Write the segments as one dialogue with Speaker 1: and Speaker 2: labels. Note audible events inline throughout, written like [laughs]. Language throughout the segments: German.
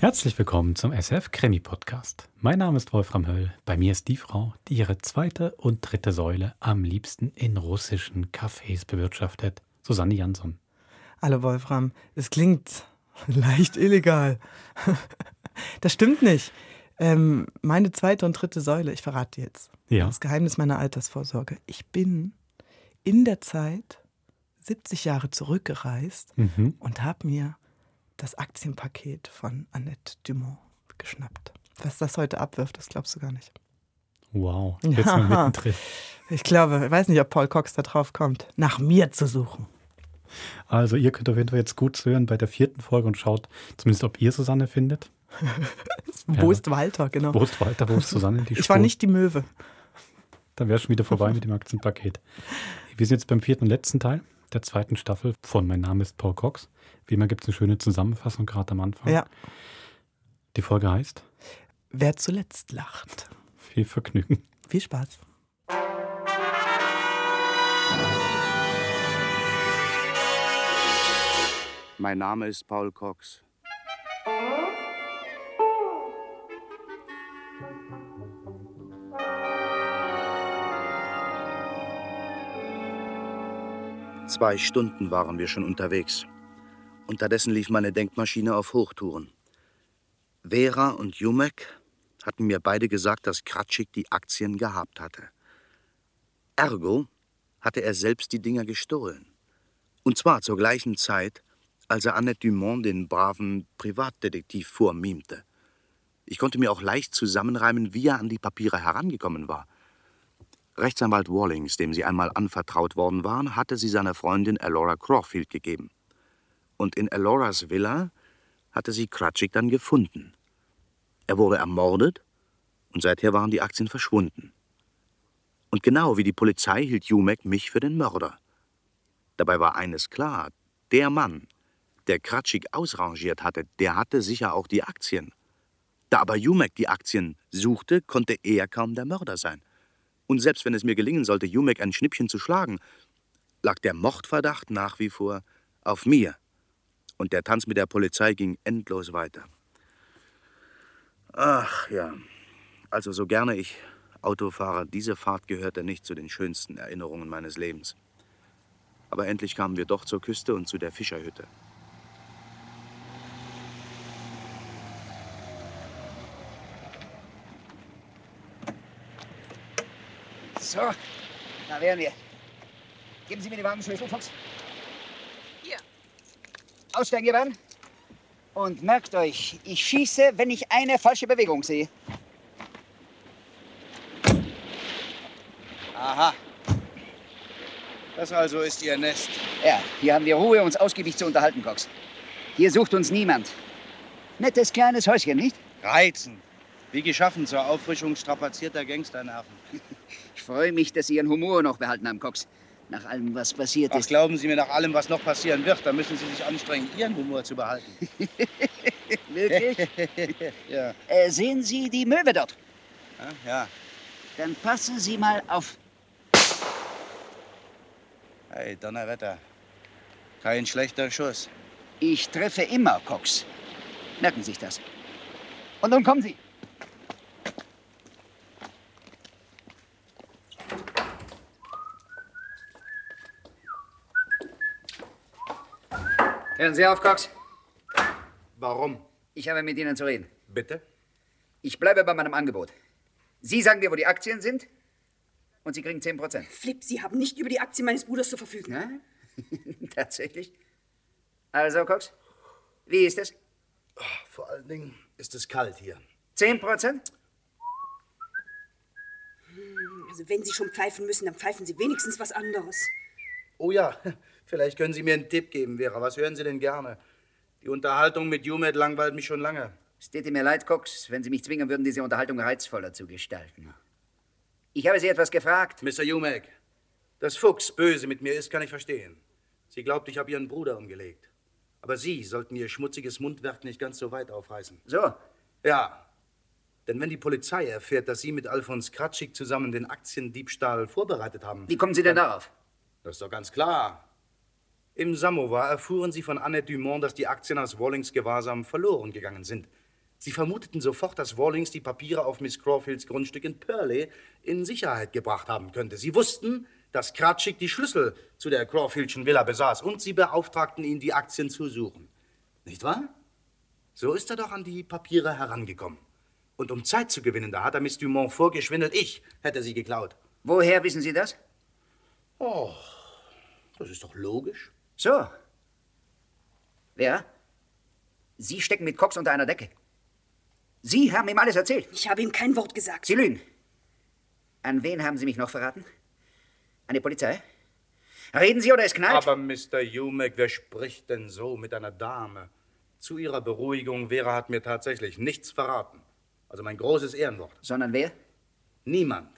Speaker 1: Herzlich willkommen zum SF Krimi Podcast. Mein Name ist Wolfram Höll. Bei mir ist die Frau, die ihre zweite und dritte Säule am liebsten in russischen Cafés bewirtschaftet, Susanne Jansson.
Speaker 2: Alle Wolfram, es klingt [laughs] leicht illegal. [laughs] Das stimmt nicht. Ähm, meine zweite und dritte Säule, ich verrate dir jetzt
Speaker 1: Ja.
Speaker 2: das Geheimnis meiner Altersvorsorge. Ich bin in der Zeit 70 Jahre zurückgereist
Speaker 1: Mhm.
Speaker 2: und habe mir das Aktienpaket von Annette Dumont geschnappt. Was das heute abwirft, das glaubst du gar nicht. [laughs]
Speaker 1: Wow, jetzt mal
Speaker 2: Ja.
Speaker 1: mittendrin.
Speaker 2: Ich glaube, ich weiß nicht, ob Paul Cox da drauf kommt, nach mir zu suchen.
Speaker 1: Also ihr könnt auf jeden Fall jetzt gut zuhören bei der vierten Folge und schaut zumindest, ob ihr Susanne findet.
Speaker 2: [laughs] Wo ist Walter, genau.
Speaker 1: Wo ist Walter, wo ist Susanne? Die
Speaker 2: [laughs] ich war
Speaker 1: Spur.
Speaker 2: nicht die Möwe.
Speaker 1: Dann wäre schon wieder vorbei mit dem Aktienpaket. Wir sind jetzt beim vierten und letzten Teil der zweiten Staffel von Mein Name ist Paul Cox. Wie immer gibt es eine schöne Zusammenfassung gerade am Anfang.
Speaker 2: Ja.
Speaker 1: Die Folge heißt
Speaker 2: Wer zuletzt lacht.
Speaker 1: Viel Vergnügen.
Speaker 2: Viel Spaß.
Speaker 3: Mein Name ist Paul Cox. Zwei Stunden waren wir schon unterwegs. Unterdessen lief meine Denkmaschine auf Hochtouren. Vera und Jumek hatten mir beide gesagt, dass Kratschik die Aktien gehabt hatte. Ergo hatte er selbst die Dinger gestohlen. Und zwar zur gleichen Zeit, als er Annette Dumont, den braven Privatdetektiv, vormimte. Ich konnte mir auch leicht zusammenreimen, wie er an die Papiere herangekommen war. Rechtsanwalt Wallings, dem sie einmal anvertraut worden waren, hatte sie seiner Freundin Alora Crawfield gegeben. Und in Aloras Villa hatte sie Kratschik dann gefunden. Er wurde ermordet und seither waren die Aktien verschwunden. Und genau wie die Polizei hielt Jumek mich für den Mörder. Dabei war eines klar: der Mann, der Kratschik ausrangiert hatte, der hatte sicher auch die Aktien. Da aber Jumek die Aktien suchte, konnte er kaum der Mörder sein. Und selbst wenn es mir gelingen sollte, Jumek ein Schnippchen zu schlagen, lag der Mordverdacht nach wie vor auf mir. Und der Tanz mit der Polizei ging endlos weiter. Ach ja, also so gerne ich Auto fahre, diese Fahrt gehörte nicht zu den schönsten Erinnerungen meines Lebens. Aber endlich kamen wir doch zur Küste und zu der Fischerhütte.
Speaker 4: So, da wären wir. Geben Sie mir die warmen Schlüssel, Fuchs.
Speaker 5: Hier.
Speaker 4: Aussteigen, ihr beiden. Und merkt euch, ich schieße, wenn ich eine falsche Bewegung sehe.
Speaker 3: Aha. Das also ist Ihr Nest.
Speaker 4: Ja, hier haben wir Ruhe, uns ausgiebig zu unterhalten, Cox. Hier sucht uns niemand. Nettes kleines Häuschen, nicht?
Speaker 3: Reizen. Wie geschaffen zur Auffrischung strapazierter Gangsternerven.
Speaker 4: [laughs] Ich freue mich, dass Sie Ihren Humor noch behalten haben, Cox. Nach allem, was passiert
Speaker 3: Ach,
Speaker 4: ist.
Speaker 3: glauben Sie mir, nach allem, was noch passieren wird, da müssen Sie sich anstrengen, Ihren Humor zu behalten.
Speaker 4: [laughs] Wirklich?
Speaker 3: [laughs] Ja,
Speaker 4: äh, sehen Sie die Möwe dort?
Speaker 3: ja, ja.
Speaker 4: Dann passen Sie mal auf.
Speaker 3: Hey, Donnerwetter. Kein schlechter Schuss.
Speaker 4: Ich treffe immer, Cox. Merken Sie sich das. Und nun kommen Sie.
Speaker 6: Hören Sie auf, Cox.
Speaker 3: Warum?
Speaker 6: Ich habe mit Ihnen zu reden.
Speaker 3: Bitte?
Speaker 6: Ich bleibe bei meinem Angebot. Sie sagen mir, wo die Aktien sind und Sie kriegen 10 Prozent.
Speaker 5: Flip, Sie haben nicht über die Aktien meines Bruders zu verfügen.
Speaker 6: Ne? [laughs] Tatsächlich? Also, Cox, wie ist es?
Speaker 3: Vor allen Dingen ist es kalt hier.
Speaker 6: 10 Prozent?
Speaker 5: Also wenn Sie schon pfeifen müssen, dann pfeifen Sie wenigstens was anderes.
Speaker 3: Oh ja, [laughs] vielleicht können Sie mir einen Tipp geben, Vera. Was hören Sie denn gerne? Die Unterhaltung mit Jumet langweilt mich schon lange.
Speaker 6: Es täte mir leid, Cox, wenn Sie mich zwingen würden, diese Unterhaltung reizvoller zu gestalten. Ich habe Sie etwas gefragt.
Speaker 3: Mr. Jumek, dass Fuchs böse mit mir ist, kann ich verstehen. Sie glaubt, ich habe ihren Bruder umgelegt. Aber Sie sollten Ihr schmutziges Mundwerk nicht ganz so weit aufreißen.
Speaker 6: So,
Speaker 3: Ja, denn wenn die Polizei erfährt, dass Sie mit Alfons Kratschik zusammen den Aktiendiebstahl vorbereitet haben...
Speaker 6: wie kommen Sie denn darauf?
Speaker 3: Das ist doch ganz klar. Im Samovar erfuhren Sie von Annette Dumont, dass die Aktien aus Wallings Gewahrsam verloren gegangen sind. Sie vermuteten sofort, dass Rawlings die Papiere auf Miss Crawfields Grundstück in Purley in Sicherheit gebracht haben könnte. Sie wussten, dass Kratschik die Schlüssel zu der Crawfieldschen Villa besaß und sie beauftragten ihn, die Aktien zu suchen. Nicht wahr? So ist er doch an die Papiere herangekommen. Und um Zeit zu gewinnen, da hat er Miss Dumont vorgeschwindelt, ich hätte sie geklaut.
Speaker 6: Woher wissen Sie das?
Speaker 3: Oh, das ist doch logisch.
Speaker 6: So. Vera, Sie stecken mit Cox unter einer Decke. Sie haben ihm alles erzählt.
Speaker 5: Ich habe ihm kein Wort gesagt.
Speaker 6: Sie lügen. An wen haben Sie mich noch verraten? An die Polizei? Reden Sie oder es knallt?
Speaker 3: Aber Mr. Jumek, wer spricht denn so mit einer Dame? Zu Ihrer Beruhigung, Vera hat mir tatsächlich nichts verraten. Also mein großes Ehrenwort.
Speaker 6: Sondern wer?
Speaker 3: Niemand.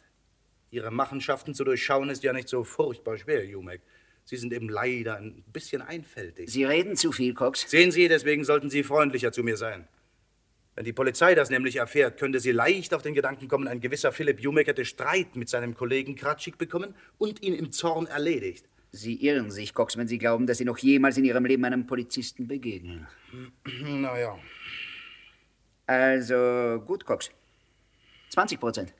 Speaker 3: Ihre Machenschaften zu durchschauen ist ja nicht so furchtbar schwer, Jumek. Sie sind eben leider ein bisschen einfältig.
Speaker 6: Sie reden zu viel, Cox.
Speaker 3: Sehen Sie, deswegen sollten Sie freundlicher zu mir sein. Wenn die Polizei das nämlich erfährt, könnte sie leicht auf den Gedanken kommen, ein gewisser Philipp Jumek hätte Streit mit seinem Kollegen Kratschik [clears throat] bekommen und ihn im Zorn erledigt.
Speaker 6: Sie irren sich, Cox, wenn Sie glauben, dass Sie noch jemals in Ihrem Leben einem Polizisten begegnen.
Speaker 3: Naja.
Speaker 6: Also gut, Cox. 20 Prozent.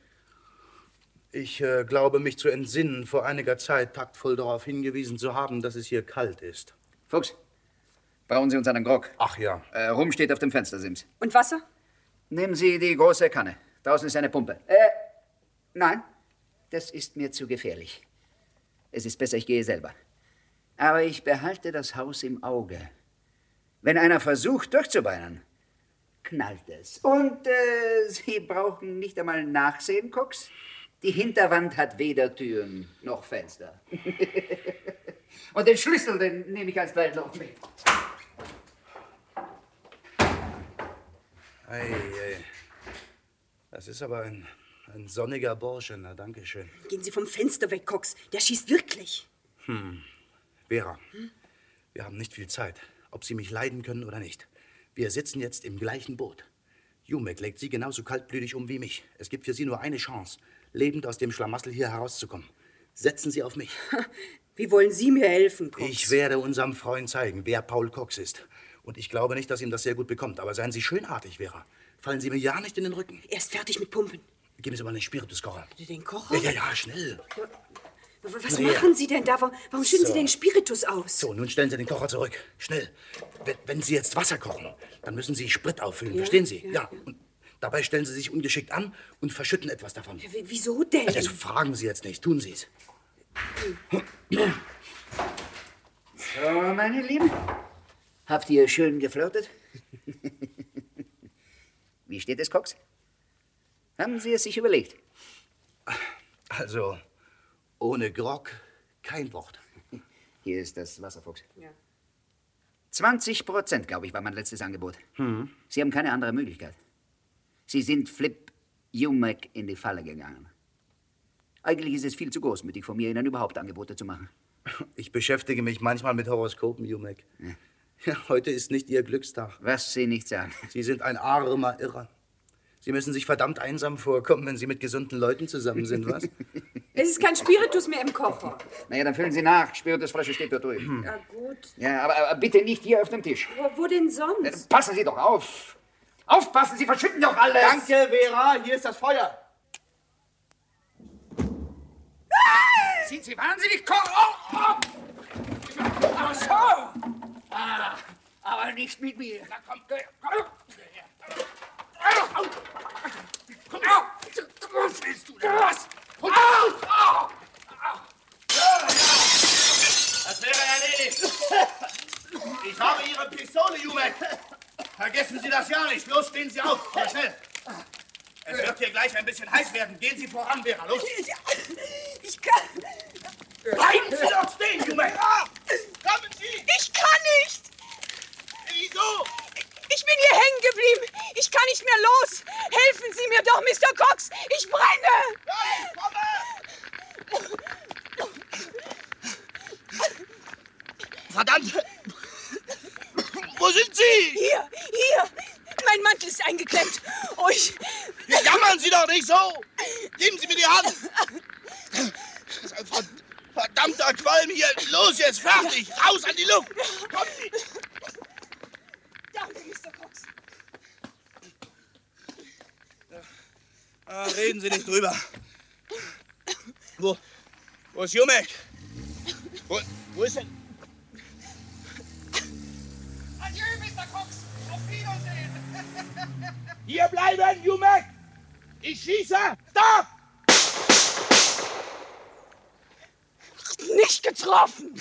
Speaker 3: Ich äh, glaube, mich zu entsinnen, vor einiger Zeit taktvoll darauf hingewiesen zu haben, dass es hier kalt ist.
Speaker 6: Fuchs, brauchen Sie uns einen Grog.
Speaker 3: Ach ja.
Speaker 6: Äh, rum steht auf dem Fenstersims.
Speaker 5: Und Wasser?
Speaker 6: Nehmen Sie die große Kanne. Draußen ist eine Pumpe. Äh, nein, das ist mir zu gefährlich. Es ist besser, ich gehe selber. Aber ich behalte das Haus im Auge. Wenn einer versucht, durchzubeinen, knallt es. Und äh, Sie brauchen nicht einmal nachsehen, Cox. Die Hinterwand hat weder Türen noch Fenster. [laughs] Und den Schlüssel, den nehme ich als gleich noch mit.
Speaker 3: Ei, ei. Das ist aber ein, ein sonniger Bursche. Na, danke schön.
Speaker 5: Gehen Sie vom Fenster weg, Cox. Der schießt wirklich.
Speaker 3: Hm. Vera, wir haben nicht viel Zeit, ob Sie mich leiden können oder nicht. Wir sitzen jetzt im gleichen Boot. Jumek legt Sie genauso kaltblütig um wie mich. Es gibt für Sie nur eine Chance, lebend aus dem Schlamassel hier herauszukommen. Setzen Sie auf mich.
Speaker 5: [laughs] Wie wollen Sie mir helfen, Cox?
Speaker 3: Ich werde unserem Freund zeigen, wer Paul Cox ist. Und ich glaube nicht, dass ihm das sehr gut bekommt. Aber seien Sie schönartig, Vera. Fallen Sie mir ja nicht in den Rücken.
Speaker 5: Er ist fertig mit Pumpen.
Speaker 3: Geben Sie mal den Spirituskocher.
Speaker 5: Oder Den Kocher?
Speaker 3: Ja, ja, ja, schnell.
Speaker 5: W- Was
Speaker 3: Ja.
Speaker 5: machen Sie denn da? Warum, warum schütten Sie den Spiritus aus?
Speaker 3: So, nun stellen Sie den Kocher zurück. Schnell. Wenn- Wenn Sie jetzt Wasser kochen, dann müssen Sie Sprit auffüllen, verstehen Sie? Ja. Und dabei stellen Sie sich ungeschickt an und verschütten etwas davon.
Speaker 5: W- Wieso denn?
Speaker 3: Also fragen Sie jetzt nicht, tun Sie es.
Speaker 6: So, meine Lieben. Habt ihr schön geflirtet? [laughs] Wie steht es, Cox? Haben Sie es sich überlegt?
Speaker 3: Also, ohne Grog kein Wort.
Speaker 6: Hier ist das Wasser, Fuchs.
Speaker 5: Ja.
Speaker 6: 20 Prozent, glaube ich, war mein letztes Angebot. Sie haben keine andere Möglichkeit. Sie sind Flip Jumek in die Falle gegangen. Eigentlich ist es viel zu großmütig von mir, Ihnen überhaupt Angebote zu machen.
Speaker 3: Ich beschäftige mich manchmal mit Horoskopen, Jumek. Ja, heute ist nicht Ihr Glückstag.
Speaker 6: Was Sie nicht sagen.
Speaker 3: Sie sind ein armer Irrer. Sie müssen sich verdammt einsam vorkommen, wenn Sie mit gesunden Leuten zusammen sind, [laughs] was?
Speaker 5: Es ist kein Spiritus mehr im
Speaker 6: [laughs]
Speaker 5: Kocher.
Speaker 6: Naja, dann füllen Sie nach. Spiritusflasche steht dort drüben.
Speaker 3: hm. [clears throat]
Speaker 5: Ja, gut.
Speaker 6: Ja, aber, aber bitte nicht hier auf dem Tisch.
Speaker 5: Aber wo denn sonst?
Speaker 6: Passen Sie doch auf! Aufpassen, Sie verschütten doch alles!
Speaker 3: Vera, Ah, hier ist das Feuer.
Speaker 6: Sind Sie wahnsinnig? Komm! Oh, oh. Aber so! Ah, aber nicht mit mir. Na komm, komm. Au. Au. Was willst du denn? Was? Au. Au.
Speaker 7: Das wäre erledigt. Ich habe Ihre Pistole, Jumek. Vergessen Sie das ja nicht. Los, stehen Sie auf. Aber schnell. Es wird hier gleich ein bisschen heiß werden. Gehen Sie voran, Vera. Los.
Speaker 5: Ich kann.
Speaker 7: Bleiben Sie doch stehen, Jumek. Kommen Sie.
Speaker 8: Ich kann nicht!
Speaker 7: Wieso?
Speaker 8: Ich bin hier hängen geblieben! Ich kann nicht mehr los! Helfen Sie mir doch, Mr. Cox! Ich brenne!
Speaker 7: Nein, komme! Verdammt! Wo sind Sie?
Speaker 8: Hier, hier! Mein Mantel ist eingeklemmt! Oh, ich.
Speaker 7: Jammern Sie doch nicht so! Geben Sie mir die Hand! Das ist ein verd- verdammter Qualm hier! Los jetzt, fertig! Raus an die Luft! Kommen Sie!
Speaker 8: Danke, Mr. Cox!
Speaker 7: Ah, reden Sie nicht drüber. Wo, wo ist Jumek? Wo, wo ist er?
Speaker 8: Adieu, Mr. Cox. Auf Wiedersehen.
Speaker 7: Hier bleiben, Jumek! Ich schieße! Da!
Speaker 8: Nicht getroffen.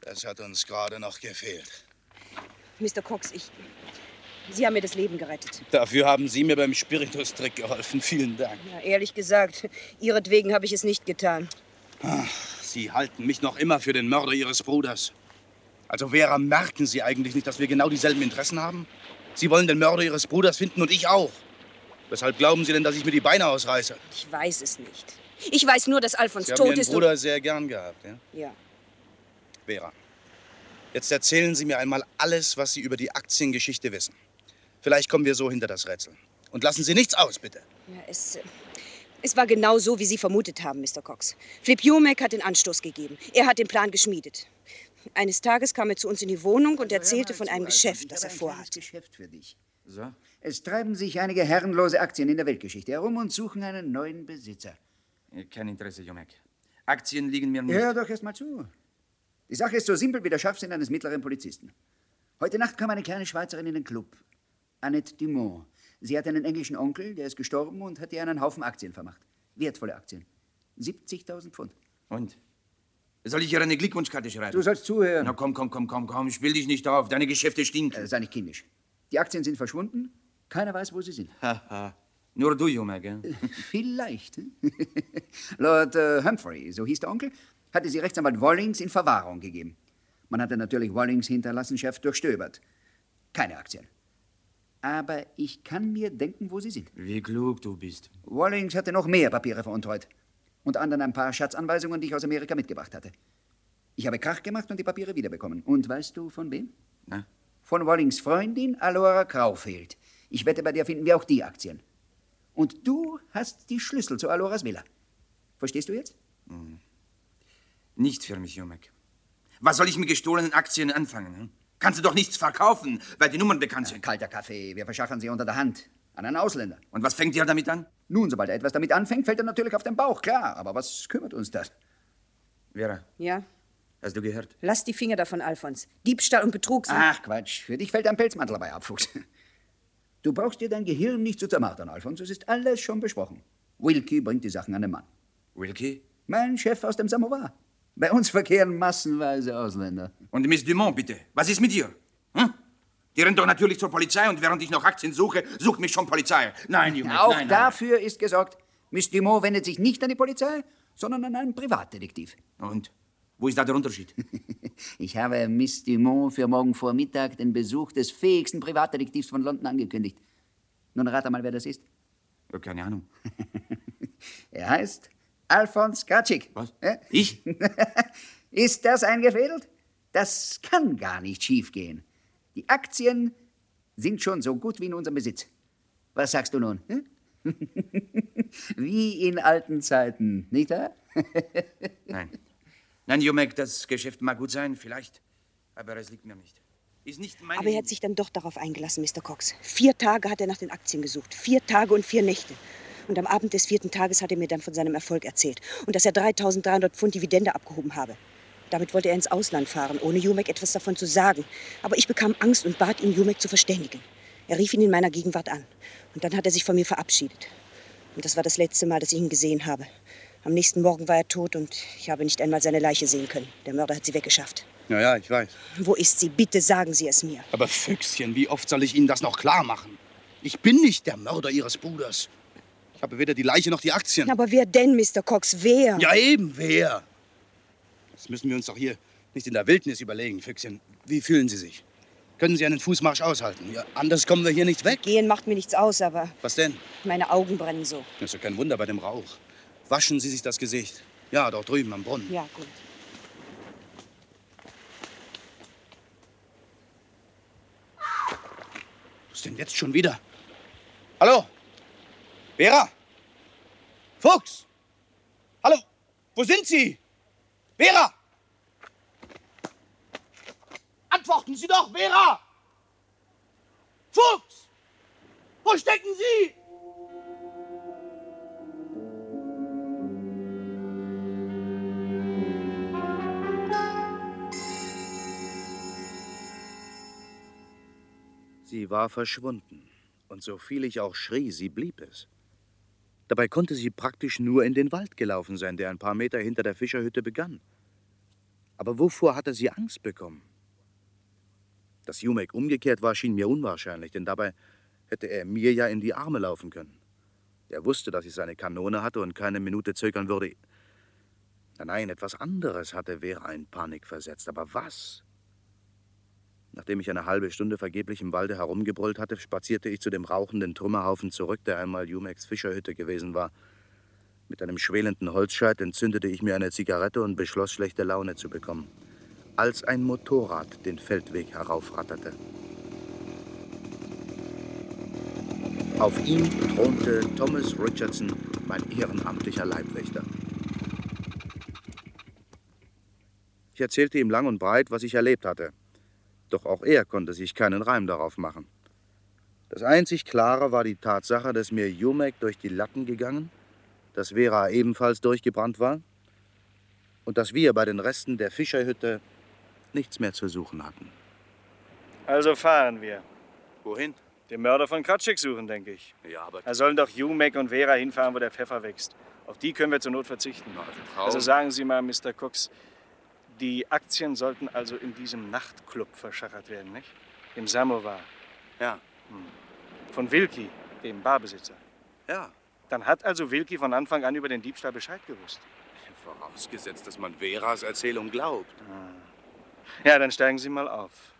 Speaker 7: Das hat uns gerade noch gefehlt.
Speaker 5: Mr. Cox, ich. Sie haben mir das Leben gerettet.
Speaker 7: Dafür haben Sie mir beim Spiritus-Trick geholfen. Vielen Dank.
Speaker 5: Ja, ehrlich gesagt, ihretwegen habe ich es nicht getan.
Speaker 7: Sie halten mich noch immer für den Mörder Ihres Bruders. Also, Vera, merken Sie eigentlich nicht, dass wir genau dieselben Interessen haben? Sie wollen den Mörder Ihres Bruders finden und ich auch. Weshalb glauben Sie denn, dass ich mir die Beine ausreiße?
Speaker 5: Ich weiß es nicht. Ich weiß nur, dass Alfons
Speaker 7: Sie haben
Speaker 5: tot
Speaker 7: Ihren
Speaker 5: ist.
Speaker 7: Bruder sehr gern gehabt, ja?
Speaker 5: Und, ja.
Speaker 7: Vera, jetzt erzählen Sie mir einmal alles, was Sie über die Aktiengeschichte wissen. Vielleicht kommen wir so hinter das Rätsel. Und lassen Sie nichts aus, bitte.
Speaker 5: ja es, äh, es war genau so, wie Sie vermutet haben, Mr. Cox. Flip Jumek hat den Anstoß gegeben. Er hat den Plan geschmiedet. Eines Tages kam er zu uns in die Wohnung
Speaker 7: Also,
Speaker 5: und erzählte von einem Geschäft, das er
Speaker 6: Das
Speaker 5: vorhat.
Speaker 6: Geschäft für dich. So. Es treiben sich einige herrenlose Aktien in der Weltgeschichte herum und suchen einen neuen Besitzer.
Speaker 9: Äh, Kein Interesse, Jomek. Aktien liegen mir nicht.
Speaker 6: Hör doch erst mal zu. Die Sache ist so simpel wie der Scharfsinn eines mittleren Polizisten. Heute Nacht kam eine kleine Schweizerin in den Club. Annette Dumont. Sie hat einen englischen Onkel, der ist gestorben und hat ihr einen Haufen Aktien vermacht. Wertvolle Aktien. 70.000 Pfund.
Speaker 9: Und? Soll ich ihr eine Glückwunschkarte schreiben?
Speaker 6: Du sollst zuhören.
Speaker 9: Na komm, komm, komm, komm, komm. Spiel dich nicht auf. Deine Geschäfte stinken.
Speaker 6: Äh, sei nicht kindisch. Die Aktien sind verschwunden. Keiner weiß, wo sie sind. Äh,
Speaker 9: Haha. Nur du, Junge, gell?
Speaker 6: Vielleicht. hm? [laughs] Lord äh, Humphrey, so hieß der Onkel, hatte sie Rechtsanwalt Wallings in Verwahrung gegeben. Man hatte natürlich Wallings Hinterlassenschaft durchstöbert. Keine Aktien. Aber ich kann mir denken, wo sie sind.
Speaker 9: Wie klug du bist.
Speaker 6: Wallings hatte noch mehr Papiere veruntreut. Unter anderem ein paar Schatzanweisungen, die ich aus Amerika mitgebracht hatte. Ich habe Krach gemacht und die Papiere wiederbekommen. Und weißt du von wem?
Speaker 9: Na?
Speaker 6: Von Wallings Freundin Alora Craufield. Ich wette, bei dir finden wir auch die Aktien. Und du hast die Schlüssel zu Aloras Villa. Verstehst du jetzt?
Speaker 9: Hm. Nicht für mich, Jomek. Was soll ich mit gestohlenen Aktien anfangen? Hm? Kannst du doch nichts verkaufen, weil die Nummern bekannt sind.
Speaker 6: Äh, Kalter Kaffee, wir verschachern sie unter der Hand. An einen Ausländer.
Speaker 9: Und was fängt ihr damit an?
Speaker 6: Nun, sobald er etwas damit anfängt, fällt er natürlich auf den Bauch, klar. Aber was kümmert uns das?
Speaker 9: Vera,
Speaker 5: Ja?
Speaker 9: hast du gehört?
Speaker 5: Lass die Finger davon, Alfons. Diebstahl und Betrug sind.
Speaker 6: Ach Quatsch, für dich fällt ein Pelzmantel dabei ab, Fuchs. Du brauchst dir dein Gehirn nicht zu zermartern, Alfons. Es ist alles schon besprochen. Wilkie bringt die Sachen an den Mann.
Speaker 9: Wilkie?
Speaker 6: Mein Chef aus dem Samovar. Bei uns verkehren massenweise Ausländer.
Speaker 9: Und Miss Dumont, bitte. Was ist mit dir? Hm? Die rennt doch natürlich zur Polizei und während ich noch Aktien suche, sucht mich schon Polizei. Nein, Junge,
Speaker 6: Auch
Speaker 9: nein, nein.
Speaker 6: dafür ist gesorgt. Miss Dumont wendet sich nicht an die Polizei, sondern an einen Privatdetektiv.
Speaker 9: Und? Wo ist da der Unterschied?
Speaker 6: Ich habe Miss Dumont für morgen Vormittag den Besuch des fähigsten Privatdetektivs von London angekündigt. Nun rate mal, wer das ist.
Speaker 9: Ja, Äh, Keine Ahnung.
Speaker 6: [laughs] Er heißt Alfons Gatschik.
Speaker 9: Was?
Speaker 6: Äh?
Speaker 9: Ich?
Speaker 6: [laughs] Ist das eingefädelt? Das kann gar nicht schiefgehen. Die Aktien sind schon so gut wie in unserem Besitz. Was sagst du nun? Hm? [laughs] wie in alten Zeiten, nicht wahr?
Speaker 9: Nein. Nein, Jomek, das Geschäft mag gut sein, vielleicht. Aber es liegt mir nicht. Ist nicht meine
Speaker 5: Aber er hat sich dann doch darauf eingelassen, Mr. Cox. Vier Tage hat er nach den Aktien gesucht. Vier Tage und vier Nächte. Und am Abend des vierten Tages hat er mir dann von seinem Erfolg erzählt und dass er 3300 Pfund Dividende abgehoben habe. Damit wollte er ins Ausland fahren, ohne Jumek etwas davon zu sagen. Aber ich bekam Angst und bat ihn, Jumek zu verständigen. Er rief ihn in meiner Gegenwart an. Und dann hat er sich von mir verabschiedet. Und das war das letzte Mal, dass ich ihn gesehen habe. Am nächsten Morgen war er tot und ich habe nicht einmal seine Leiche sehen können. Der Mörder hat sie weggeschafft.
Speaker 7: Ja, ja, ich weiß.
Speaker 5: Wo ist sie? Bitte sagen Sie es mir.
Speaker 7: Aber Füchschen, wie oft soll ich Ihnen das noch klar machen? Ich bin nicht der Mörder Ihres Bruders. Ich habe weder die Leiche noch die Aktien.
Speaker 5: Aber wer denn, Mr. Cox? Wer?
Speaker 7: Ja, eben, wer? Das müssen wir uns doch hier nicht in der Wildnis überlegen, Füchschen. Wie fühlen Sie sich? Können Sie einen Fußmarsch aushalten? Ja, anders kommen wir hier nicht weg.
Speaker 5: Gehen macht mir nichts aus, aber
Speaker 7: Was denn?
Speaker 5: meine Augen brennen so.
Speaker 7: Das ist ja kein Wunder bei dem Rauch. Waschen Sie sich das Gesicht. Ja, dort drüben am Brunnen.
Speaker 5: Ja, gut.
Speaker 7: Was denn jetzt schon wieder? Hallo? Vera? Fuchs? Hallo? Wo sind Sie? Vera? Antworten Sie doch, Vera! Fuchs! Wo stecken Sie?
Speaker 3: Sie war verschwunden. Und so viel ich auch schrie, sie blieb es. Dabei konnte sie praktisch nur in den Wald gelaufen sein, der ein paar Meter hinter der Fischerhütte begann. Aber wovor hatte sie Angst bekommen? Dass Jumek umgekehrt war, schien mir unwahrscheinlich, denn dabei hätte er mir ja in die Arme laufen können. Er wusste, dass ich seine Kanone hatte und keine Minute zögern würde. Nein, nein, etwas anderes hatte Vera in Panik versetzt. Aber was? Nachdem ich eine halbe Stunde vergeblich im Walde herumgebrüllt hatte, spazierte ich zu dem rauchenden Trümmerhaufen zurück, der einmal Jumeks Fischerhütte gewesen war. Mit einem schwelenden Holzscheit entzündete ich mir eine Zigarette und beschloss, schlechte Laune zu bekommen, als ein Motorrad den Feldweg heraufratterte. Auf ihm thronte Thomas Richardson, mein ehrenamtlicher Leibwächter. Ich erzählte ihm lang und breit, was ich erlebt hatte. Doch auch er konnte sich keinen Reim darauf machen. Das einzig Klare war die Tatsache, dass mir Jumek durch die Latten gegangen, dass Vera ebenfalls durchgebrannt war und dass wir bei den Resten der Fischerhütte nichts mehr zu suchen hatten.
Speaker 10: Also fahren wir.
Speaker 3: Wohin?
Speaker 10: Den Mörder von Kratschik suchen, denke ich.
Speaker 3: Ja, aber
Speaker 10: Da sollen doch Jumek und Vera hinfahren, wo der Pfeffer wächst. Auf die können wir zur Not verzichten. Also sagen Sie mal, Mr. Cox, die Aktien sollten also in diesem Nachtclub verschachert werden, nicht? Im Samovar. Hm.
Speaker 3: Ja.
Speaker 10: Von Wilki, dem Barbesitzer.
Speaker 3: Ja.
Speaker 10: Dann hat also Wilki von Anfang an über den Diebstahl Bescheid gewusst.
Speaker 3: Vorausgesetzt, dass man Veras Erzählung glaubt.
Speaker 10: Ah. Ja, dann steigen Sie mal auf.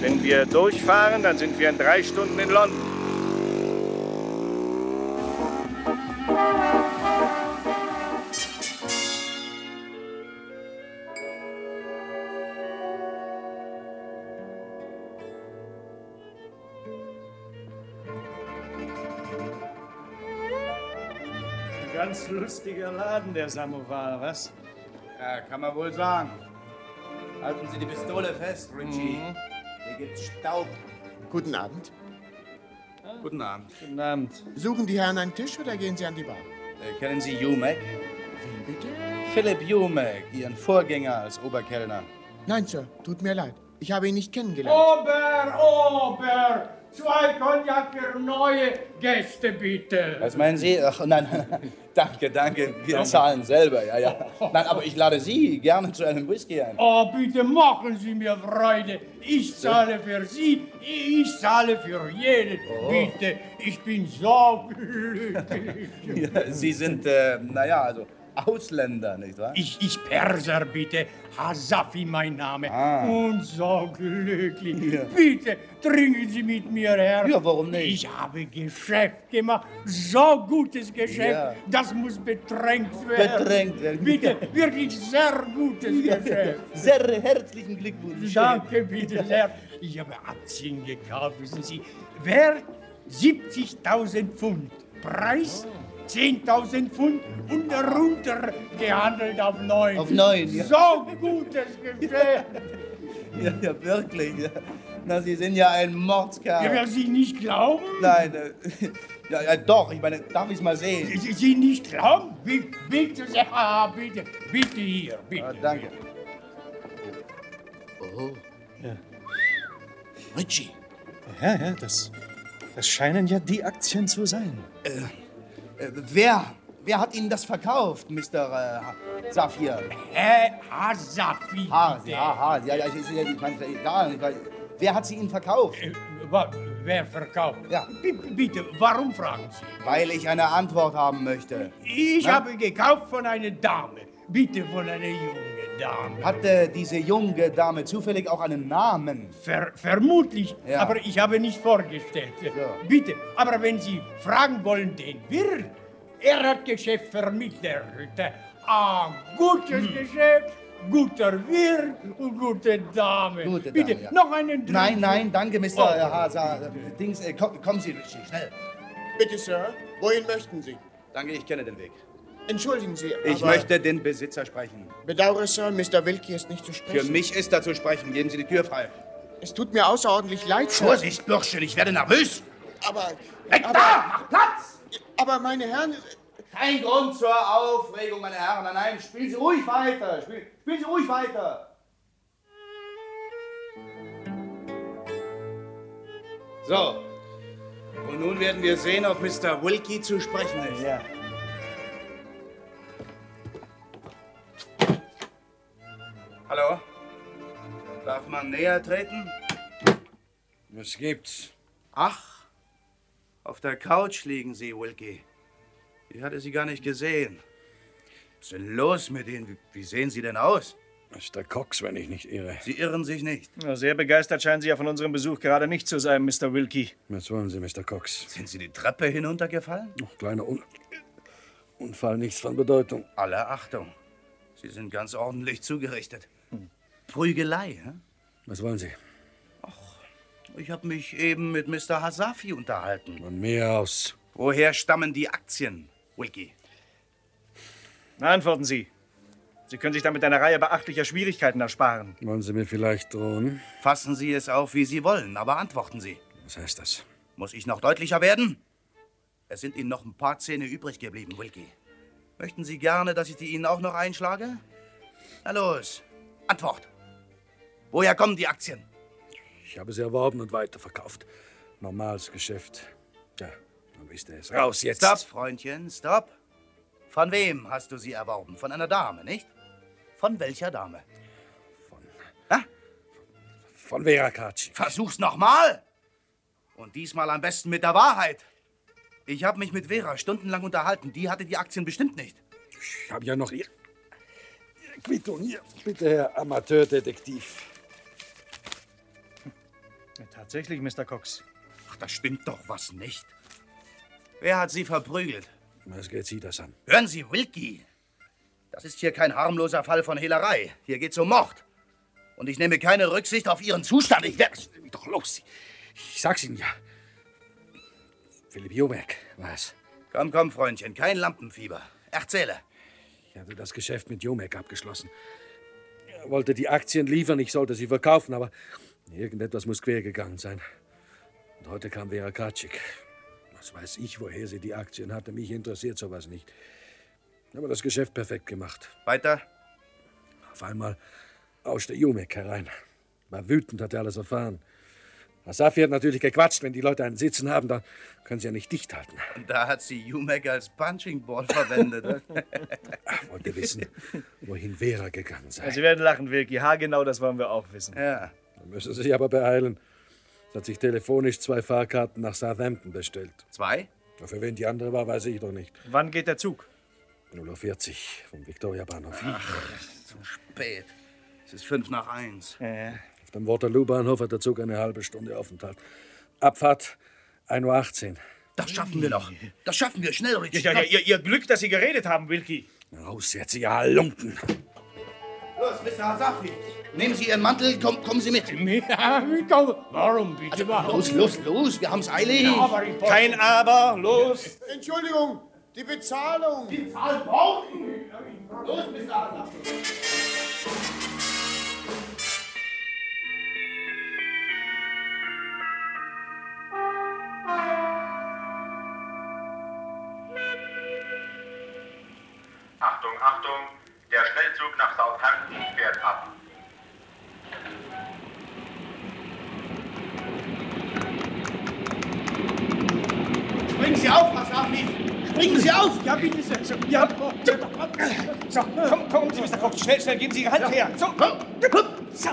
Speaker 10: Wenn wir durchfahren, dann sind wir in drei Stunden in London. Ganz lustiger Laden, der Samovar, was?
Speaker 7: Ja, kann man wohl sagen. Halten Sie die Pistole fest, Richie. Hier gibt's Staub.
Speaker 11: Guten Abend.
Speaker 7: Guten Abend.
Speaker 10: Guten Abend.
Speaker 11: Suchen die Herren einen Tisch oder gehen sie an die Bar?
Speaker 7: Äh, kennen Sie Jumek? Wen bitte? Philipp Jumek, Ihren Vorgänger als Oberkellner.
Speaker 11: Nein, Sir, tut mir leid. Ich habe ihn nicht kennengelernt.
Speaker 12: Ober, Ober, zwei Cognac für neue Gäste bitte.
Speaker 7: Was meinen Sie? Ach, nein, nein, [laughs] danke, danke. Wir zahlen selber, ja, ja. Nein, aber ich lade Sie gerne zu einem Whisky ein.
Speaker 12: Oh, bitte machen Sie mir Freude. Ich zahle für Sie, ich zahle für jeden. Bitte, ich bin so [laughs] glücklich.
Speaker 7: Ja, Sie sind, äh, naja, also Ausländer, nicht wahr?
Speaker 12: Ich, ich Perser, bitte. Hasafi, mein Name.
Speaker 7: Ah.
Speaker 12: Und so glücklich.
Speaker 7: Ja.
Speaker 12: Bitte, trinken Sie mit mir, Herr. Ja, warum nicht? Ich habe Geschäft gemacht. So gutes Geschäft.
Speaker 7: Ja.
Speaker 12: Das muss bedrängt werden.
Speaker 7: Bedrängt werden.
Speaker 12: Bitte, wirklich sehr gutes Geschäft.
Speaker 7: Sehr herzlichen Glückwunsch.
Speaker 12: Danke, bitte sehr. Ich habe Aktien gekauft, wissen Sie. Wert 70.000 Pfund. Preis 10.000 Pfund und runter gehandelt auf 9.
Speaker 7: Auf neun, ja.
Speaker 12: So gutes Geschäft.
Speaker 7: Ja, ja, wirklich. Ja. Na, Sie sind ja ein Mordskerl.
Speaker 12: Ja, wer Sie nicht glauben?
Speaker 7: Nein, äh, [laughs] ja, ja, doch, ich meine, darf ich es mal sehen?
Speaker 12: Sie, Sie nicht glauben? Bi- Bitte sehr, ah, bitte, bitte hier, bitte.
Speaker 7: danke.
Speaker 9: Richie,
Speaker 10: Ja, ja, das, das scheinen ja die Aktien zu sein.
Speaker 7: Äh, wer? Wer hat Ihnen das verkauft, Mr. Äh, Saphir?
Speaker 12: Herr Hasafi,
Speaker 7: Haas,
Speaker 12: bitte.
Speaker 7: ja, Haas. Ja, ja, ich, ich, ich meine, egal. Ich weiß, wer hat sie Ihnen verkauft?
Speaker 12: Äh, wa- Wer verkauft?
Speaker 7: Ja.
Speaker 12: B bitte, warum fragen Sie?
Speaker 7: Weil ich eine Antwort haben möchte.
Speaker 12: Ich
Speaker 7: Na?
Speaker 12: habe gekauft von einer Dame. Bitte von einer jungen Dame.
Speaker 7: Hatte diese junge Dame zufällig auch einen Namen?
Speaker 12: Ver vermutlich,
Speaker 7: Ja.
Speaker 12: aber ich habe nicht vorgestellt.
Speaker 7: So.
Speaker 12: Bitte, aber wenn Sie fragen wollen, den Wirt, er hat Geschäft vermittelt. Ah, gutes
Speaker 7: Hm.
Speaker 12: Geschäft, guter Wirt und gute Dame.
Speaker 7: Gute Dame,
Speaker 12: Bitte,
Speaker 7: ja.
Speaker 12: noch einen Drink.
Speaker 7: Nein, nein, danke, Mr.
Speaker 12: Oh.
Speaker 7: Haas. äh, Dings, äh, komm, kommen Sie, Richie, schnell.
Speaker 11: Bitte, Sir, wohin möchten Sie?
Speaker 7: Danke, ich kenne den Weg.
Speaker 11: Entschuldigen Sie,
Speaker 7: Ich
Speaker 11: aber
Speaker 7: möchte den Besitzer sprechen.
Speaker 11: Bedauere, Sir, Mr. Wilkie ist nicht zu
Speaker 7: Für
Speaker 11: sprechen.
Speaker 7: mich ist da zu sprechen. Geben Sie die Tür frei.
Speaker 13: Es tut mir außerordentlich leid, Sir.
Speaker 3: Vorsicht, Bursche, ich werde nervös.
Speaker 13: Aber.
Speaker 3: Weg da! Mach Platz!
Speaker 13: Aber meine Herren.
Speaker 3: Kein Grund zur Aufregung, meine Herren. Nein, nein, spielen Sie ruhig weiter. Spiel- spielen Sie ruhig weiter. So. Und nun werden wir sehen, ob Mr. Wilkie zu sprechen ist. Ja. Hallo? Darf man näher treten? Was gibt's? Ach, auf der Couch liegen Sie, Wilkie. Ich hatte Sie gar nicht gesehen. Was ist denn los mit Ihnen? Wie, wie sehen Sie denn aus? Mr. Cox, wenn ich nicht irre. Sie irren sich nicht.
Speaker 10: Na, sehr begeistert scheinen Sie ja von unserem Besuch gerade nicht zu sein, Mr. Wilkie.
Speaker 14: Was wollen Sie, Mr. Cox?
Speaker 3: Sind Sie die Treppe hinuntergefallen?
Speaker 14: Noch kleiner Un Unfall, nichts von Bedeutung.
Speaker 3: Alle Achtung. Sie sind ganz ordentlich zugerichtet. Prügelei, hä?
Speaker 14: Was wollen Sie?
Speaker 3: Ich habe mich eben mit Mr. Hasafi unterhalten.
Speaker 14: Von mir aus.
Speaker 3: Woher stammen die Aktien, Wilkie?
Speaker 10: Na, antworten Sie. Sie können sich damit eine Reihe beachtlicher Schwierigkeiten ersparen.
Speaker 14: Wollen Sie mir vielleicht drohen?
Speaker 3: Fassen Sie es auf, wie Sie wollen, aber antworten Sie.
Speaker 14: Was heißt das?
Speaker 3: Muss ich noch deutlicher werden? Es sind Ihnen noch ein paar Zähne übrig geblieben, Wilkie. Möchten Sie gerne, dass ich die Ihnen auch noch einschlage? Na los, Antwort. Woher kommen die Aktien?
Speaker 14: Ich habe sie erworben und weiterverkauft. Normales Geschäft. Ja, dann wisst ihr es. Raus jetzt.
Speaker 3: Stopp, Freundchen, stopp. Von wem hast du sie erworben? Von einer Dame, nicht? Von welcher Dame?
Speaker 14: Von Vera Kaci.
Speaker 3: Versuch's nochmal! Und diesmal am besten mit der Wahrheit. Ich habe mich mit Vera stundenlang unterhalten. Die hatte die Aktien bestimmt nicht.
Speaker 14: Ich habe ja noch ihr. Ihr Quittung hier. Bitte, Herr Amateurdetektiv.
Speaker 10: Ja, tatsächlich, Mr. Cox.
Speaker 3: Ach, da stimmt doch was nicht. Wer hat sie verprügelt?
Speaker 14: Was geht Sie das an?
Speaker 3: Hören Sie, Wilkie, das ist hier kein harmloser Fall von Hehlerei. Hier geht's um Mord. Und ich nehme keine Rücksicht auf Ihren Zustand. Ich werde...
Speaker 14: Doch los. Ich sag's Ihnen ja. Philipp Jobeck. Was?
Speaker 3: Komm, komm, Freundchen, kein Lampenfieber. Erzähle.
Speaker 14: Ich hatte Also das Geschäft mit Jomek abgeschlossen. Er wollte die Aktien liefern, ich sollte sie verkaufen, aber irgendetwas muss quer gegangen sein. Und heute kam Vera Kratschik. Was weiß ich, woher sie die Aktien hatte. Mich interessiert sowas nicht. Aber das Geschäft perfekt gemacht.
Speaker 3: Weiter?
Speaker 14: Auf einmal rauschte Jomek herein. War wütend, hat er alles erfahren. Asafi hat natürlich gequatscht. Wenn die Leute einen Sitzen haben, dann können sie ja nicht dicht halten.
Speaker 3: Und da hat sie Jumek als Punching Ball verwendet.
Speaker 14: [laughs] Wollte wissen, wohin Vera gegangen sei.
Speaker 10: Ja, Sie werden lachen, Wilkie. Ha, genau das wollen wir auch wissen.
Speaker 3: Ja.
Speaker 14: Da müssen Sie sich aber beeilen. Es hat sich telefonisch zwei Fahrkarten nach Southampton bestellt.
Speaker 3: Zwei?
Speaker 14: Ja, Für wen die andere war, weiß ich doch nicht.
Speaker 10: Wann geht der Zug?
Speaker 14: 0.40 Uhr vom Victoria Bahnhof.
Speaker 3: Spät. Es ist fünf nach eins.
Speaker 14: Auf dem Waterloo-Bahnhof hat der Zug eine halbe Stunde Aufenthalt. Abfahrt 1.18 Uhr.
Speaker 3: Das schaffen wir noch. Das schaffen wir schnell, Richie.
Speaker 10: Ja, ja, ihr, ihr Glück, dass Sie geredet haben, Wilkie.
Speaker 14: Raus jetzt, ihr Halunken!
Speaker 3: Los, Mr. Hasafi. Nehmen Sie Ihren Mantel, komm, kommen Sie mit.
Speaker 7: [laughs]
Speaker 3: Also,
Speaker 7: Warum bitte?
Speaker 3: Los, los, los, wir haben's eilig.
Speaker 7: Ja, aber ich- Kein
Speaker 10: Aber, los!
Speaker 13: Entschuldigung, die Bezahlung. Die
Speaker 3: Bezahlung? Los, Mr. Hasafi.
Speaker 15: Achtung, Achtung, der Schnellzug nach Southampton fährt ab.
Speaker 3: Springen Sie auf, Hasafi. Springen Sie auf.
Speaker 7: Ja, bitte sehr. So, ja. so komm, kommen Sie, Mr. Cox. Schnell, schnell, geben Sie Ihre Hand her. So, komm, komm. So.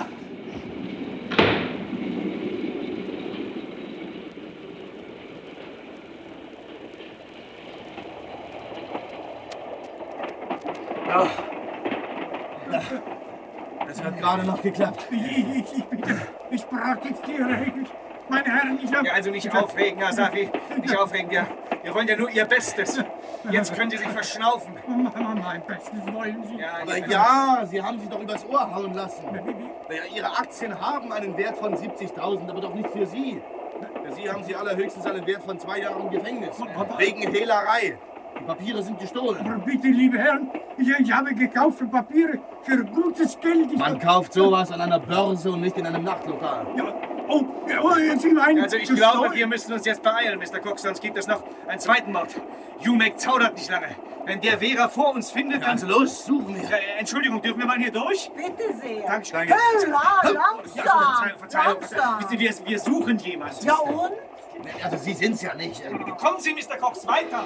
Speaker 3: Das hat gerade noch geklappt.
Speaker 7: Ich, ich bitte, ich protestiere. Ich- Meine Herren, ich habe...
Speaker 16: Ja, also nicht aufregen, Asafi. Nicht aufregen. Wir, wir wollen ja nur Ihr Bestes. Jetzt können Sie sich verschnaufen.
Speaker 7: Mein Bestes wollen Sie.
Speaker 16: Ja,
Speaker 3: Aber ja, Sie haben sich doch übers Ohr hauen lassen. Naja, Ihre Aktien haben einen Wert von 70.000, aber doch nicht für Sie. Für Sie haben Sie allerhöchstens einen Wert von zwei Jahren Gefängnis. Wegen Hehlerei.
Speaker 11: Die Papiere sind gestohlen.
Speaker 12: Aber bitte, liebe Herren, ich, ich habe gekaufte Papiere für gutes Geld. Ich
Speaker 11: Man kauft sowas an einer Börse und nicht in einem Nachtlokal.
Speaker 12: Oh, oh, jetzt fiel mir ein.
Speaker 17: Also ich
Speaker 12: Das
Speaker 17: glaube,
Speaker 12: soll-
Speaker 17: wir müssen uns jetzt beeilen, Mr. Cook, sonst gibt es noch einen zweiten Mord. Jumek zaudert nicht lange. Wenn der Vera vor uns findet, dann...
Speaker 11: Also los, suchen wir.
Speaker 17: Äh, Entschuldigung, dürfen wir mal hier durch?
Speaker 18: Bitte sehr.
Speaker 17: Dankeschön.
Speaker 18: Hurra,
Speaker 17: Ja,
Speaker 18: langsam.
Speaker 17: Verzeihung, Verzeihung.
Speaker 18: langsam.
Speaker 17: Wissen Sie, wir, wir suchen jemanden.
Speaker 18: Ja und?
Speaker 11: Also Sie sind's ja
Speaker 3: äh.
Speaker 11: nicht.
Speaker 17: Kommen Sie, Mr. Cox, weiter.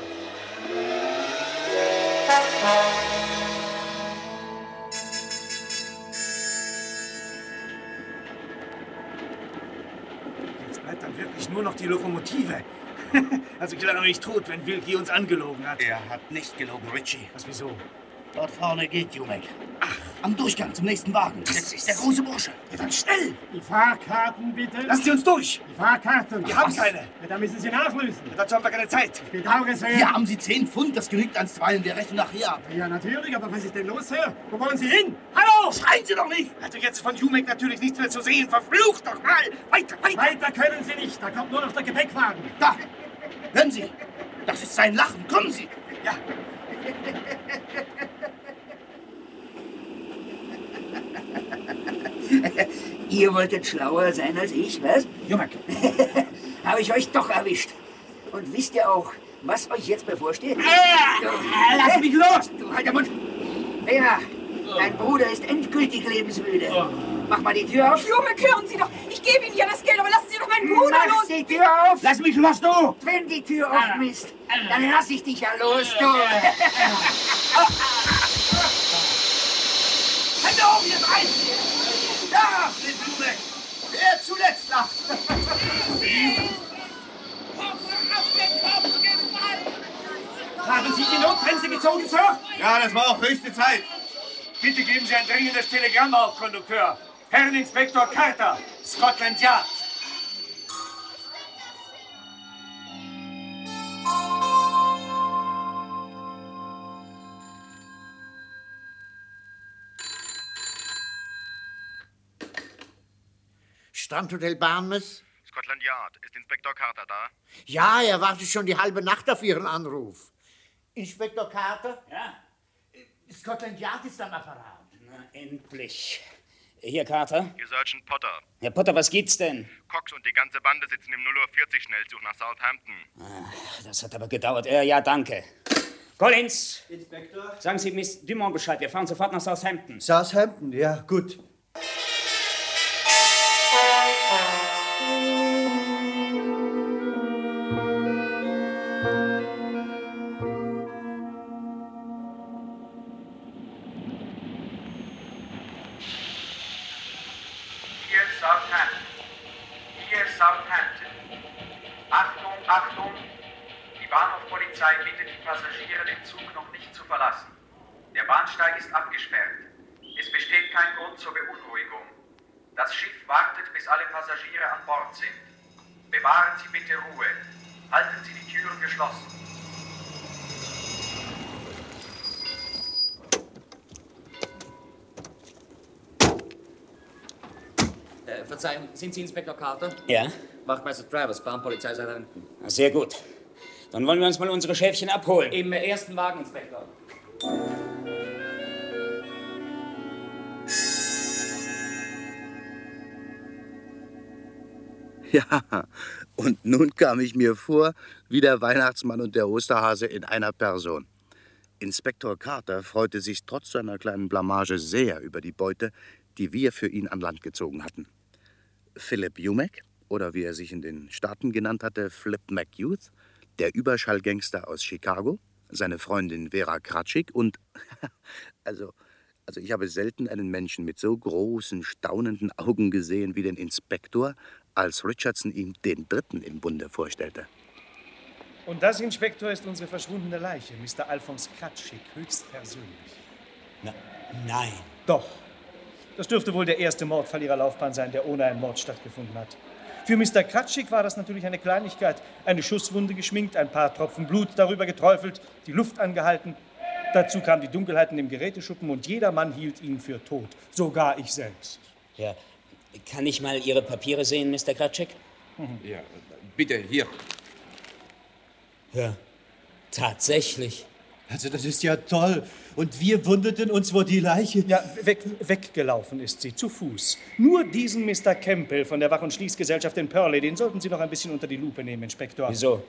Speaker 17: Jetzt bleibt dann wirklich nur noch die Lokomotive. also klar, ich tot, wenn Wilkie uns angelogen hat.
Speaker 7: Er hat nicht gelogen, Richie.
Speaker 17: Was, wieso?
Speaker 7: Dort vorne geht Jumek. Ach, am Durchgang zum nächsten Wagen. Das ist der große Bursche. Ja, dann schnell!
Speaker 12: Die Fahrkarten bitte.
Speaker 7: Lassen Sie uns durch!
Speaker 12: Die Fahrkarten.
Speaker 7: Wir haben keine.
Speaker 12: Ja, dann müssen Sie nachlösen.
Speaker 17: Dazu haben wir keine Zeit.
Speaker 12: Ich bedauere es, Herr.
Speaker 7: Hier haben Sie 10 Pfund, das genügt ans Zweien der Rechnung nachher ab.
Speaker 12: Ja, natürlich, aber was ist denn los, Herr? Wo wollen Sie hin?
Speaker 17: Hallo!
Speaker 7: Schreien Sie doch nicht!
Speaker 17: Also jetzt von Jumek natürlich nichts mehr zu sehen. Verflucht doch mal! Weiter, weiter!
Speaker 12: Weiter können Sie nicht. Da kommt nur noch der Gepäckwagen.
Speaker 7: Da! Hören Sie! Das ist sein Lachen! Kommen Sie!
Speaker 17: Ja! [laughs] Ihr wolltet schlauer sein als ich, was? Jumak! [laughs] Habe ich euch doch erwischt. Und wisst ihr auch, was euch jetzt bevorsteht?
Speaker 7: Ah, lass mich
Speaker 17: Äh, los! Du, halt den Mund! Vera, dein Bruder ist endgültig lebensmüde. Mach mal die Tür auf.
Speaker 18: Jumek, hören Sie doch. Ich gebe Ihnen ja das Geld, aber lassen Sie doch meinen Bruder
Speaker 17: Mach
Speaker 18: los.
Speaker 17: die Tür auf!
Speaker 7: Lass mich los, du!
Speaker 17: Wenn die Tür offen ist, dann lass ich dich ja los, du!
Speaker 7: Hände hoch, ihr drei! Da! Den Jumek! Wer zuletzt lacht! [laughs]
Speaker 17: Haben Sie die Notbremse gezogen, Sir?
Speaker 7: Ja, das war auch höchste Zeit.
Speaker 17: Bitte geben Sie ein dringendes Telegramm auf, Kondukteur. Herrn Inspektor Carter, Scotland Yard.
Speaker 15: Strandhotel Barnes?
Speaker 19: Scotland Yard, ist Inspektor Carter da?
Speaker 15: Ja, er wartet schon die halbe Nacht auf Ihren Anruf. Inspektor Carter? Ja. Scotland Yard ist am Apparat.
Speaker 4: Na, endlich. Hier, Carter.
Speaker 19: Ihr Sergeant Potter.
Speaker 4: Herr Potter, was geht's denn?
Speaker 19: Cox und die ganze Bande sitzen im 0.40 Uhr Schnellzug nach Southampton.
Speaker 4: Ach, Das hat aber gedauert. Äh, ja, danke. Collins! Inspektor? Sagen Sie Miss Dumont Bescheid. Wir fahren sofort nach Southampton.
Speaker 20: Southampton, ja, gut.
Speaker 19: Hier Southampton. Hier Southampton. Achtung, Achtung! Die Bahnhofpolizei bittet die Passagiere, den Zug noch nicht zu verlassen. Der Bahnsteig ist abgesperrt. Es besteht kein Grund zur Beunruhigung. Das Schiff wartet, bis alle Passagiere an Bord sind. Bewahren Sie bitte Ruhe. Halten Sie die Türen geschlossen.
Speaker 17: [laughs]
Speaker 21: Äh, Verzeihung, sind Sie Inspektor Carter?
Speaker 4: Ja?
Speaker 21: Wachtmeister Travers, Bahnpolizei Southampton.
Speaker 4: Na, Sehr gut. Dann wollen wir uns mal unsere Schäfchen abholen.
Speaker 21: Im äh, ersten Wagen, Inspektor.
Speaker 3: [laughs] Ja, und nun kam ich mir vor wie der Weihnachtsmann und der Osterhase in einer Person. Inspektor Carter freute sich trotz seiner kleinen Blamage sehr über die Beute, die wir für ihn an Land gezogen hatten. Philip Jumek, oder wie er sich in den Staaten genannt hatte, Flip McYouth, der Überschallgangster aus Chicago, seine Freundin Vera Kratschik und, [laughs] also, also ich habe selten einen Menschen mit so großen, staunenden Augen gesehen wie den Inspektor, als Richardson ihm den Dritten im Bunde vorstellte.
Speaker 10: Und das, Inspektor, ist unsere verschwundene Leiche, Mr. Alfons Kratschik, höchstpersönlich.
Speaker 4: Nein.
Speaker 10: Doch. Das dürfte wohl der erste Mordfall ihrer Laufbahn sein, der ohne einen Mord stattgefunden hat. Für Mr. Kratschik war das natürlich eine Kleinigkeit. Eine Schusswunde geschminkt, ein paar Tropfen Blut darüber geträufelt, die Luft angehalten. Dazu kam die Dunkelheit in dem Geräteschuppen und jeder Mann hielt ihn für tot. Sogar ich selbst.
Speaker 4: Ja. Kann ich mal Ihre Papiere sehen, Mr. Kratschik?
Speaker 9: Ja, bitte, hier.
Speaker 4: Ja. Tatsächlich.
Speaker 22: Also das ist ja toll. Und wir wunderten uns, wo die Leiche...
Speaker 10: Ja, weg, weggelaufen ist sie, zu Fuß. Nur diesen Mr. Campbell von der Wach- und Schließgesellschaft in Purley, den sollten Sie noch ein bisschen unter die Lupe nehmen, Inspektor.
Speaker 4: Wieso?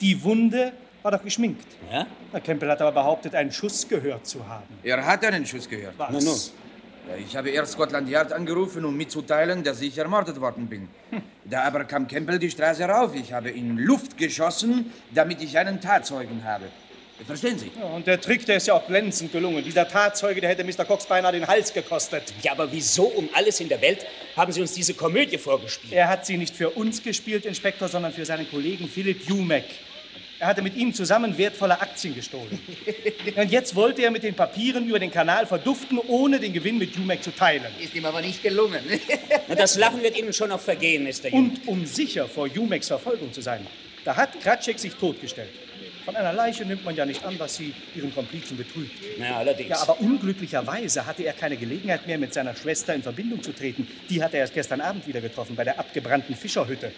Speaker 10: Die Wunde war doch geschminkt.
Speaker 4: Ja?
Speaker 10: Herr Campbell hat aber behauptet, einen Schuss gehört zu haben.
Speaker 9: Er hat einen Schuss gehört.
Speaker 10: Was? Na nun.
Speaker 9: Ja, Ich habe erst Scotland Yard angerufen, um mitzuteilen, dass ich ermordet worden bin. Da aber kam Campbell die Straße rauf. Ich habe in Luft geschossen, damit ich einen Tatzeugen habe. Verstehen Sie?
Speaker 10: Ja, und der Trick, der ist ja auch glänzend gelungen. Dieser Tatzeuge, der hätte Mr. Cox beinahe den Hals gekostet.
Speaker 4: Ja, aber wieso um alles in der Welt haben Sie uns diese Komödie vorgespielt?
Speaker 10: Er hat sie nicht für uns gespielt, Inspektor, sondern für seinen Kollegen Philip Jumek. Er hatte mit ihm zusammen wertvolle Aktien
Speaker 4: [laughs]
Speaker 10: gestohlen. Und jetzt wollte er mit den Papieren über den Kanal verduften, ohne den Gewinn mit Jumek zu teilen.
Speaker 4: Ist ihm aber nicht
Speaker 10: [laughs]
Speaker 4: gelungen. Na, das Lachen wird Ihnen schon noch vergehen, Mr. Jung.
Speaker 10: Und um sicher vor Jumeks Verfolgung zu sein, da hat Kratschek sich totgestellt. Von einer Leiche nimmt man ja nicht an, dass sie ihren Komplizen betrügt.
Speaker 4: Na, allerdings.
Speaker 10: Ja, aber unglücklicherweise hatte er keine Gelegenheit mehr, mit seiner Schwester in Verbindung zu treten. Die hat er erst gestern Abend wieder getroffen, bei der abgebrannten Fischerhütte.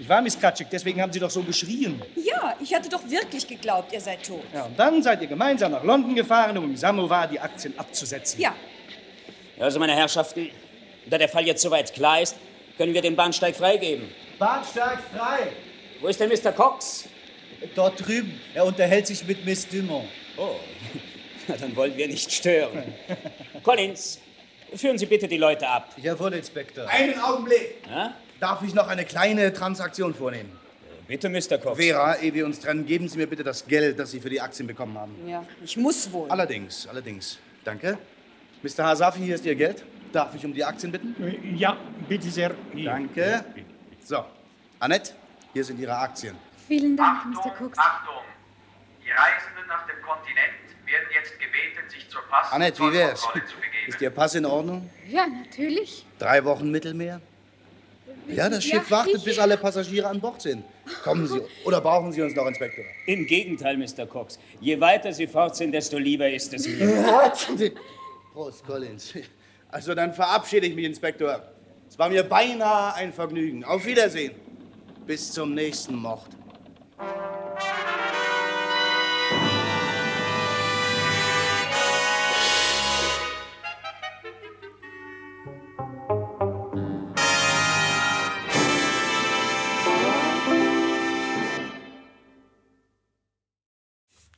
Speaker 10: Ich war Miss Kratschik, deswegen haben Sie doch so geschrien.
Speaker 5: Ja, ich hatte doch wirklich geglaubt, ihr seid tot.
Speaker 10: Ja, und dann seid ihr gemeinsam nach London gefahren, um im Samovar die Aktien abzusetzen.
Speaker 5: Ja,
Speaker 4: Also, meine Herrschaften, da der Fall jetzt soweit klar ist, können wir den Bahnsteig freigeben.
Speaker 22: Bahnsteig frei!
Speaker 4: Wo ist denn Mr. Cox?
Speaker 22: Dort drüben. Er unterhält sich mit Miss Dumont.
Speaker 4: Oh, [laughs] na, dann wollen wir
Speaker 10: [laughs]
Speaker 4: nicht stören. Collins, führen Sie bitte die Leute ab.
Speaker 22: Jawohl, Inspektor.
Speaker 3: Einen Augenblick.
Speaker 4: Ja?
Speaker 3: Darf ich noch eine kleine Transaktion vornehmen?
Speaker 4: Bitte, Mr. Cox.
Speaker 3: Vera, ehe wir uns trennen, geben Sie mir bitte das Geld, das Sie für die Aktien bekommen haben.
Speaker 5: ja, ich muss wohl.
Speaker 3: Allerdings, allerdings. Danke. Mr. Hasafi, hier ist Ihr Geld. Darf ich um die Aktien bitten?
Speaker 23: Äh, Ja, bitte sehr.
Speaker 3: Danke. So, Annette, hier sind Ihre Aktien.
Speaker 6: Vielen Dank, Mr. Cox.
Speaker 19: Achtung! Die Reisenden nach dem Kontinent werden jetzt gebeten, sich zur passenden
Speaker 3: Annette, wie wär's?
Speaker 19: Zollkontrolle zu begeben.
Speaker 3: Ist Ihr Pass in Ordnung?
Speaker 6: Ja, natürlich.
Speaker 3: Drei Wochen Mittelmeer? Ja, das Schiff
Speaker 6: Ja,
Speaker 3: wartet,
Speaker 6: ich-
Speaker 3: bis alle Passagiere an Bord sind. Kommen Sie, oder brauchen Sie uns noch, Inspektor?
Speaker 24: Im Gegenteil, Mr. Cox. Je weiter Sie fort sind, desto lieber ist es mir.
Speaker 3: Prost, Collins. Also dann verabschiede ich mich, Inspektor. Es war mir beinahe ein Vergnügen. Auf Wiedersehen. Bis zum nächsten Mord.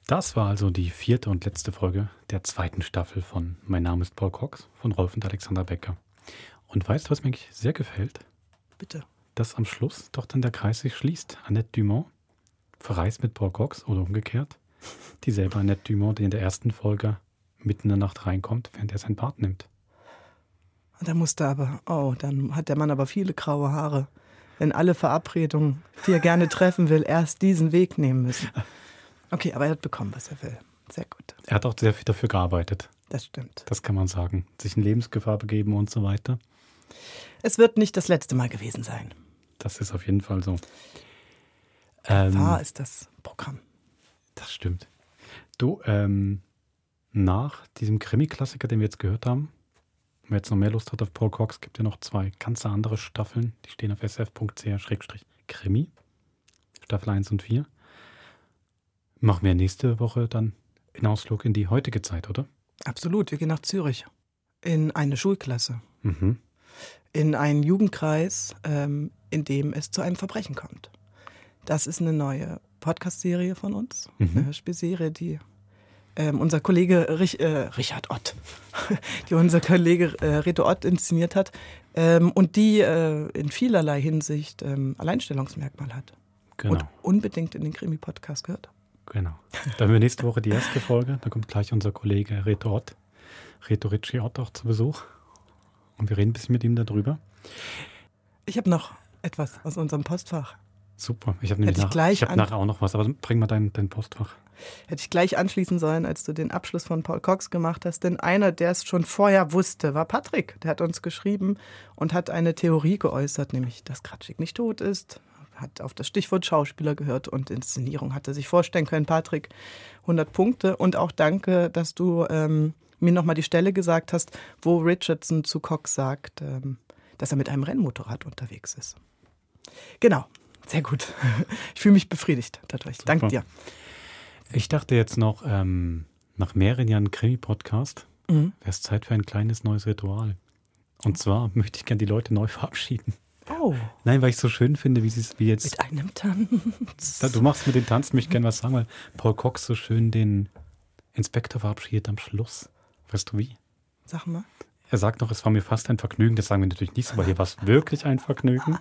Speaker 1: Das war also die vierte und letzte Folge der zweiten Staffel von Mein Name ist Paul Cox von Rolf und Alexander Becker. Und weißt du, was mir eigentlich sehr gefällt?
Speaker 2: Bitte.
Speaker 1: Dass am Schluss doch dann der Kreis sich schließt. Annette Dumont verreist mit Paul Cox oder umgekehrt. Dieselbe Annette Dumont, die in der ersten Folge mitten in der Nacht reinkommt, während er sein Bad nimmt.
Speaker 2: Da musste aber, oh, dann hat der Mann aber viele graue Haare. Wenn alle Verabredungen, die er gerne treffen will, erst diesen Weg nehmen müssen. Okay, aber er hat bekommen, was er will. Sehr gut.
Speaker 1: Er hat auch sehr viel dafür gearbeitet.
Speaker 2: Das stimmt.
Speaker 1: Das kann man sagen. Sich in Lebensgefahr begeben und so weiter.
Speaker 2: Es wird nicht das letzte Mal gewesen sein.
Speaker 1: Das ist auf jeden Fall so. Ähm,
Speaker 2: Wahr ist das Programm.
Speaker 1: Das stimmt. Du, ähm, nach diesem Krimi-Klassiker, den wir jetzt gehört haben, wer jetzt noch mehr Lust hat auf Paul Cox, gibt ja noch zwei ganz andere Staffeln. Die stehen auf sf.ch-krimi. Staffel 1 und 4. Machen wir nächste Woche dann einen Ausflug in die heutige Zeit, oder?
Speaker 2: Absolut. Wir gehen nach Zürich. In eine Schulklasse.
Speaker 1: Mhm.
Speaker 2: In einen Jugendkreis, ähm, in dem es zu einem Verbrechen kommt. Das ist eine neue Podcast-Serie von uns.
Speaker 1: Mhm.
Speaker 2: Eine Hörspielserie, die ähm, unser Kollege Rich, äh, Richard Ott, [laughs] die unser Kollege äh, Reto Ott inszeniert hat. Ähm, und die äh, in vielerlei Hinsicht ähm, Alleinstellungsmerkmal hat.
Speaker 1: Genau.
Speaker 2: Und unbedingt in den Krimi-Podcast gehört.
Speaker 1: Genau. Dann haben wir nächste Woche die erste Folge. Da kommt gleich unser Kollege Reto Ott, Reto Ricci Ott auch zu Besuch. Und wir reden ein bisschen mit ihm darüber.
Speaker 2: Ich habe noch etwas aus unserem Postfach.
Speaker 1: Super. Ich habe
Speaker 2: Hätte
Speaker 1: nämlich
Speaker 2: ich
Speaker 1: nach,
Speaker 2: gleich
Speaker 1: ich hab
Speaker 2: an-
Speaker 1: nachher auch noch was, aber bring mal dein, dein Postfach.
Speaker 2: Hätte ich gleich anschließen sollen, als du den Abschluss von Paul Cox gemacht hast. Denn einer, der es schon vorher wusste, war Patrick. Der hat uns geschrieben und hat eine Theorie geäußert, nämlich, dass Kratschik nicht tot ist. Hat auf das Stichwort Schauspieler gehört und Inszenierung hatte sich vorstellen können. Patrick, 100 Punkte. Und auch danke, dass du ähm, mir nochmal die Stelle gesagt hast, wo Richardson zu Cox sagt, ähm, dass er mit einem Rennmotorrad unterwegs ist. [laughs] Genau, sehr gut. Ich fühle mich befriedigt dadurch. Danke dir.
Speaker 1: Ich dachte jetzt noch, ähm, nach mehreren Jahren Krimi-Podcast
Speaker 2: Mhm.
Speaker 1: wäre es Zeit für ein kleines neues Ritual. Und zwar [laughs] möchte ich gerne die Leute neu verabschieden.
Speaker 2: Oh.
Speaker 1: Nein, weil ich es so schön finde, wie sie es wie jetzt.
Speaker 2: Mit einem Tanz.
Speaker 1: Da, du machst mit dem Tanz, mich gerne was sagen, weil Paul Cox so schön den Inspektor verabschiedet am Schluss. Weißt du wie?
Speaker 2: Sag mal.
Speaker 1: Er sagt noch, es war mir fast ein Vergnügen. Das sagen wir natürlich nicht, so, aber hier war es wirklich ein Vergnügen.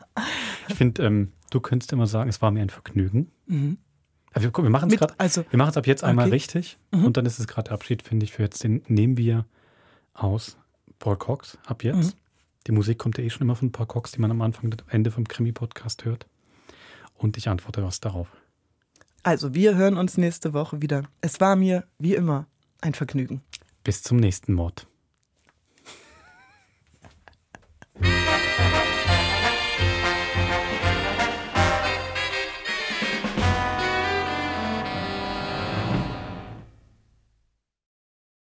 Speaker 1: Ich finde, ähm, du könntest immer sagen, es war mir ein Vergnügen.
Speaker 2: Mhm.
Speaker 1: Aber wir, guck, wir machen es gerade.
Speaker 2: also-
Speaker 1: wir machen es ab jetzt einmal
Speaker 2: Okay.
Speaker 1: richtig
Speaker 2: Mhm.
Speaker 1: und dann ist es gerade der Abschied, finde ich. Für jetzt den nehmen wir aus Paul Cox ab jetzt.
Speaker 2: Mhm.
Speaker 1: Die Musik kommt ja eh schon immer von Paul Cox, die man am Anfang und am Ende vom Krimi-Podcast hört. Und ich antworte was darauf.
Speaker 2: Also, wir hören uns nächste Woche wieder. Es war mir, wie immer, ein Vergnügen.
Speaker 1: Bis zum nächsten Mord.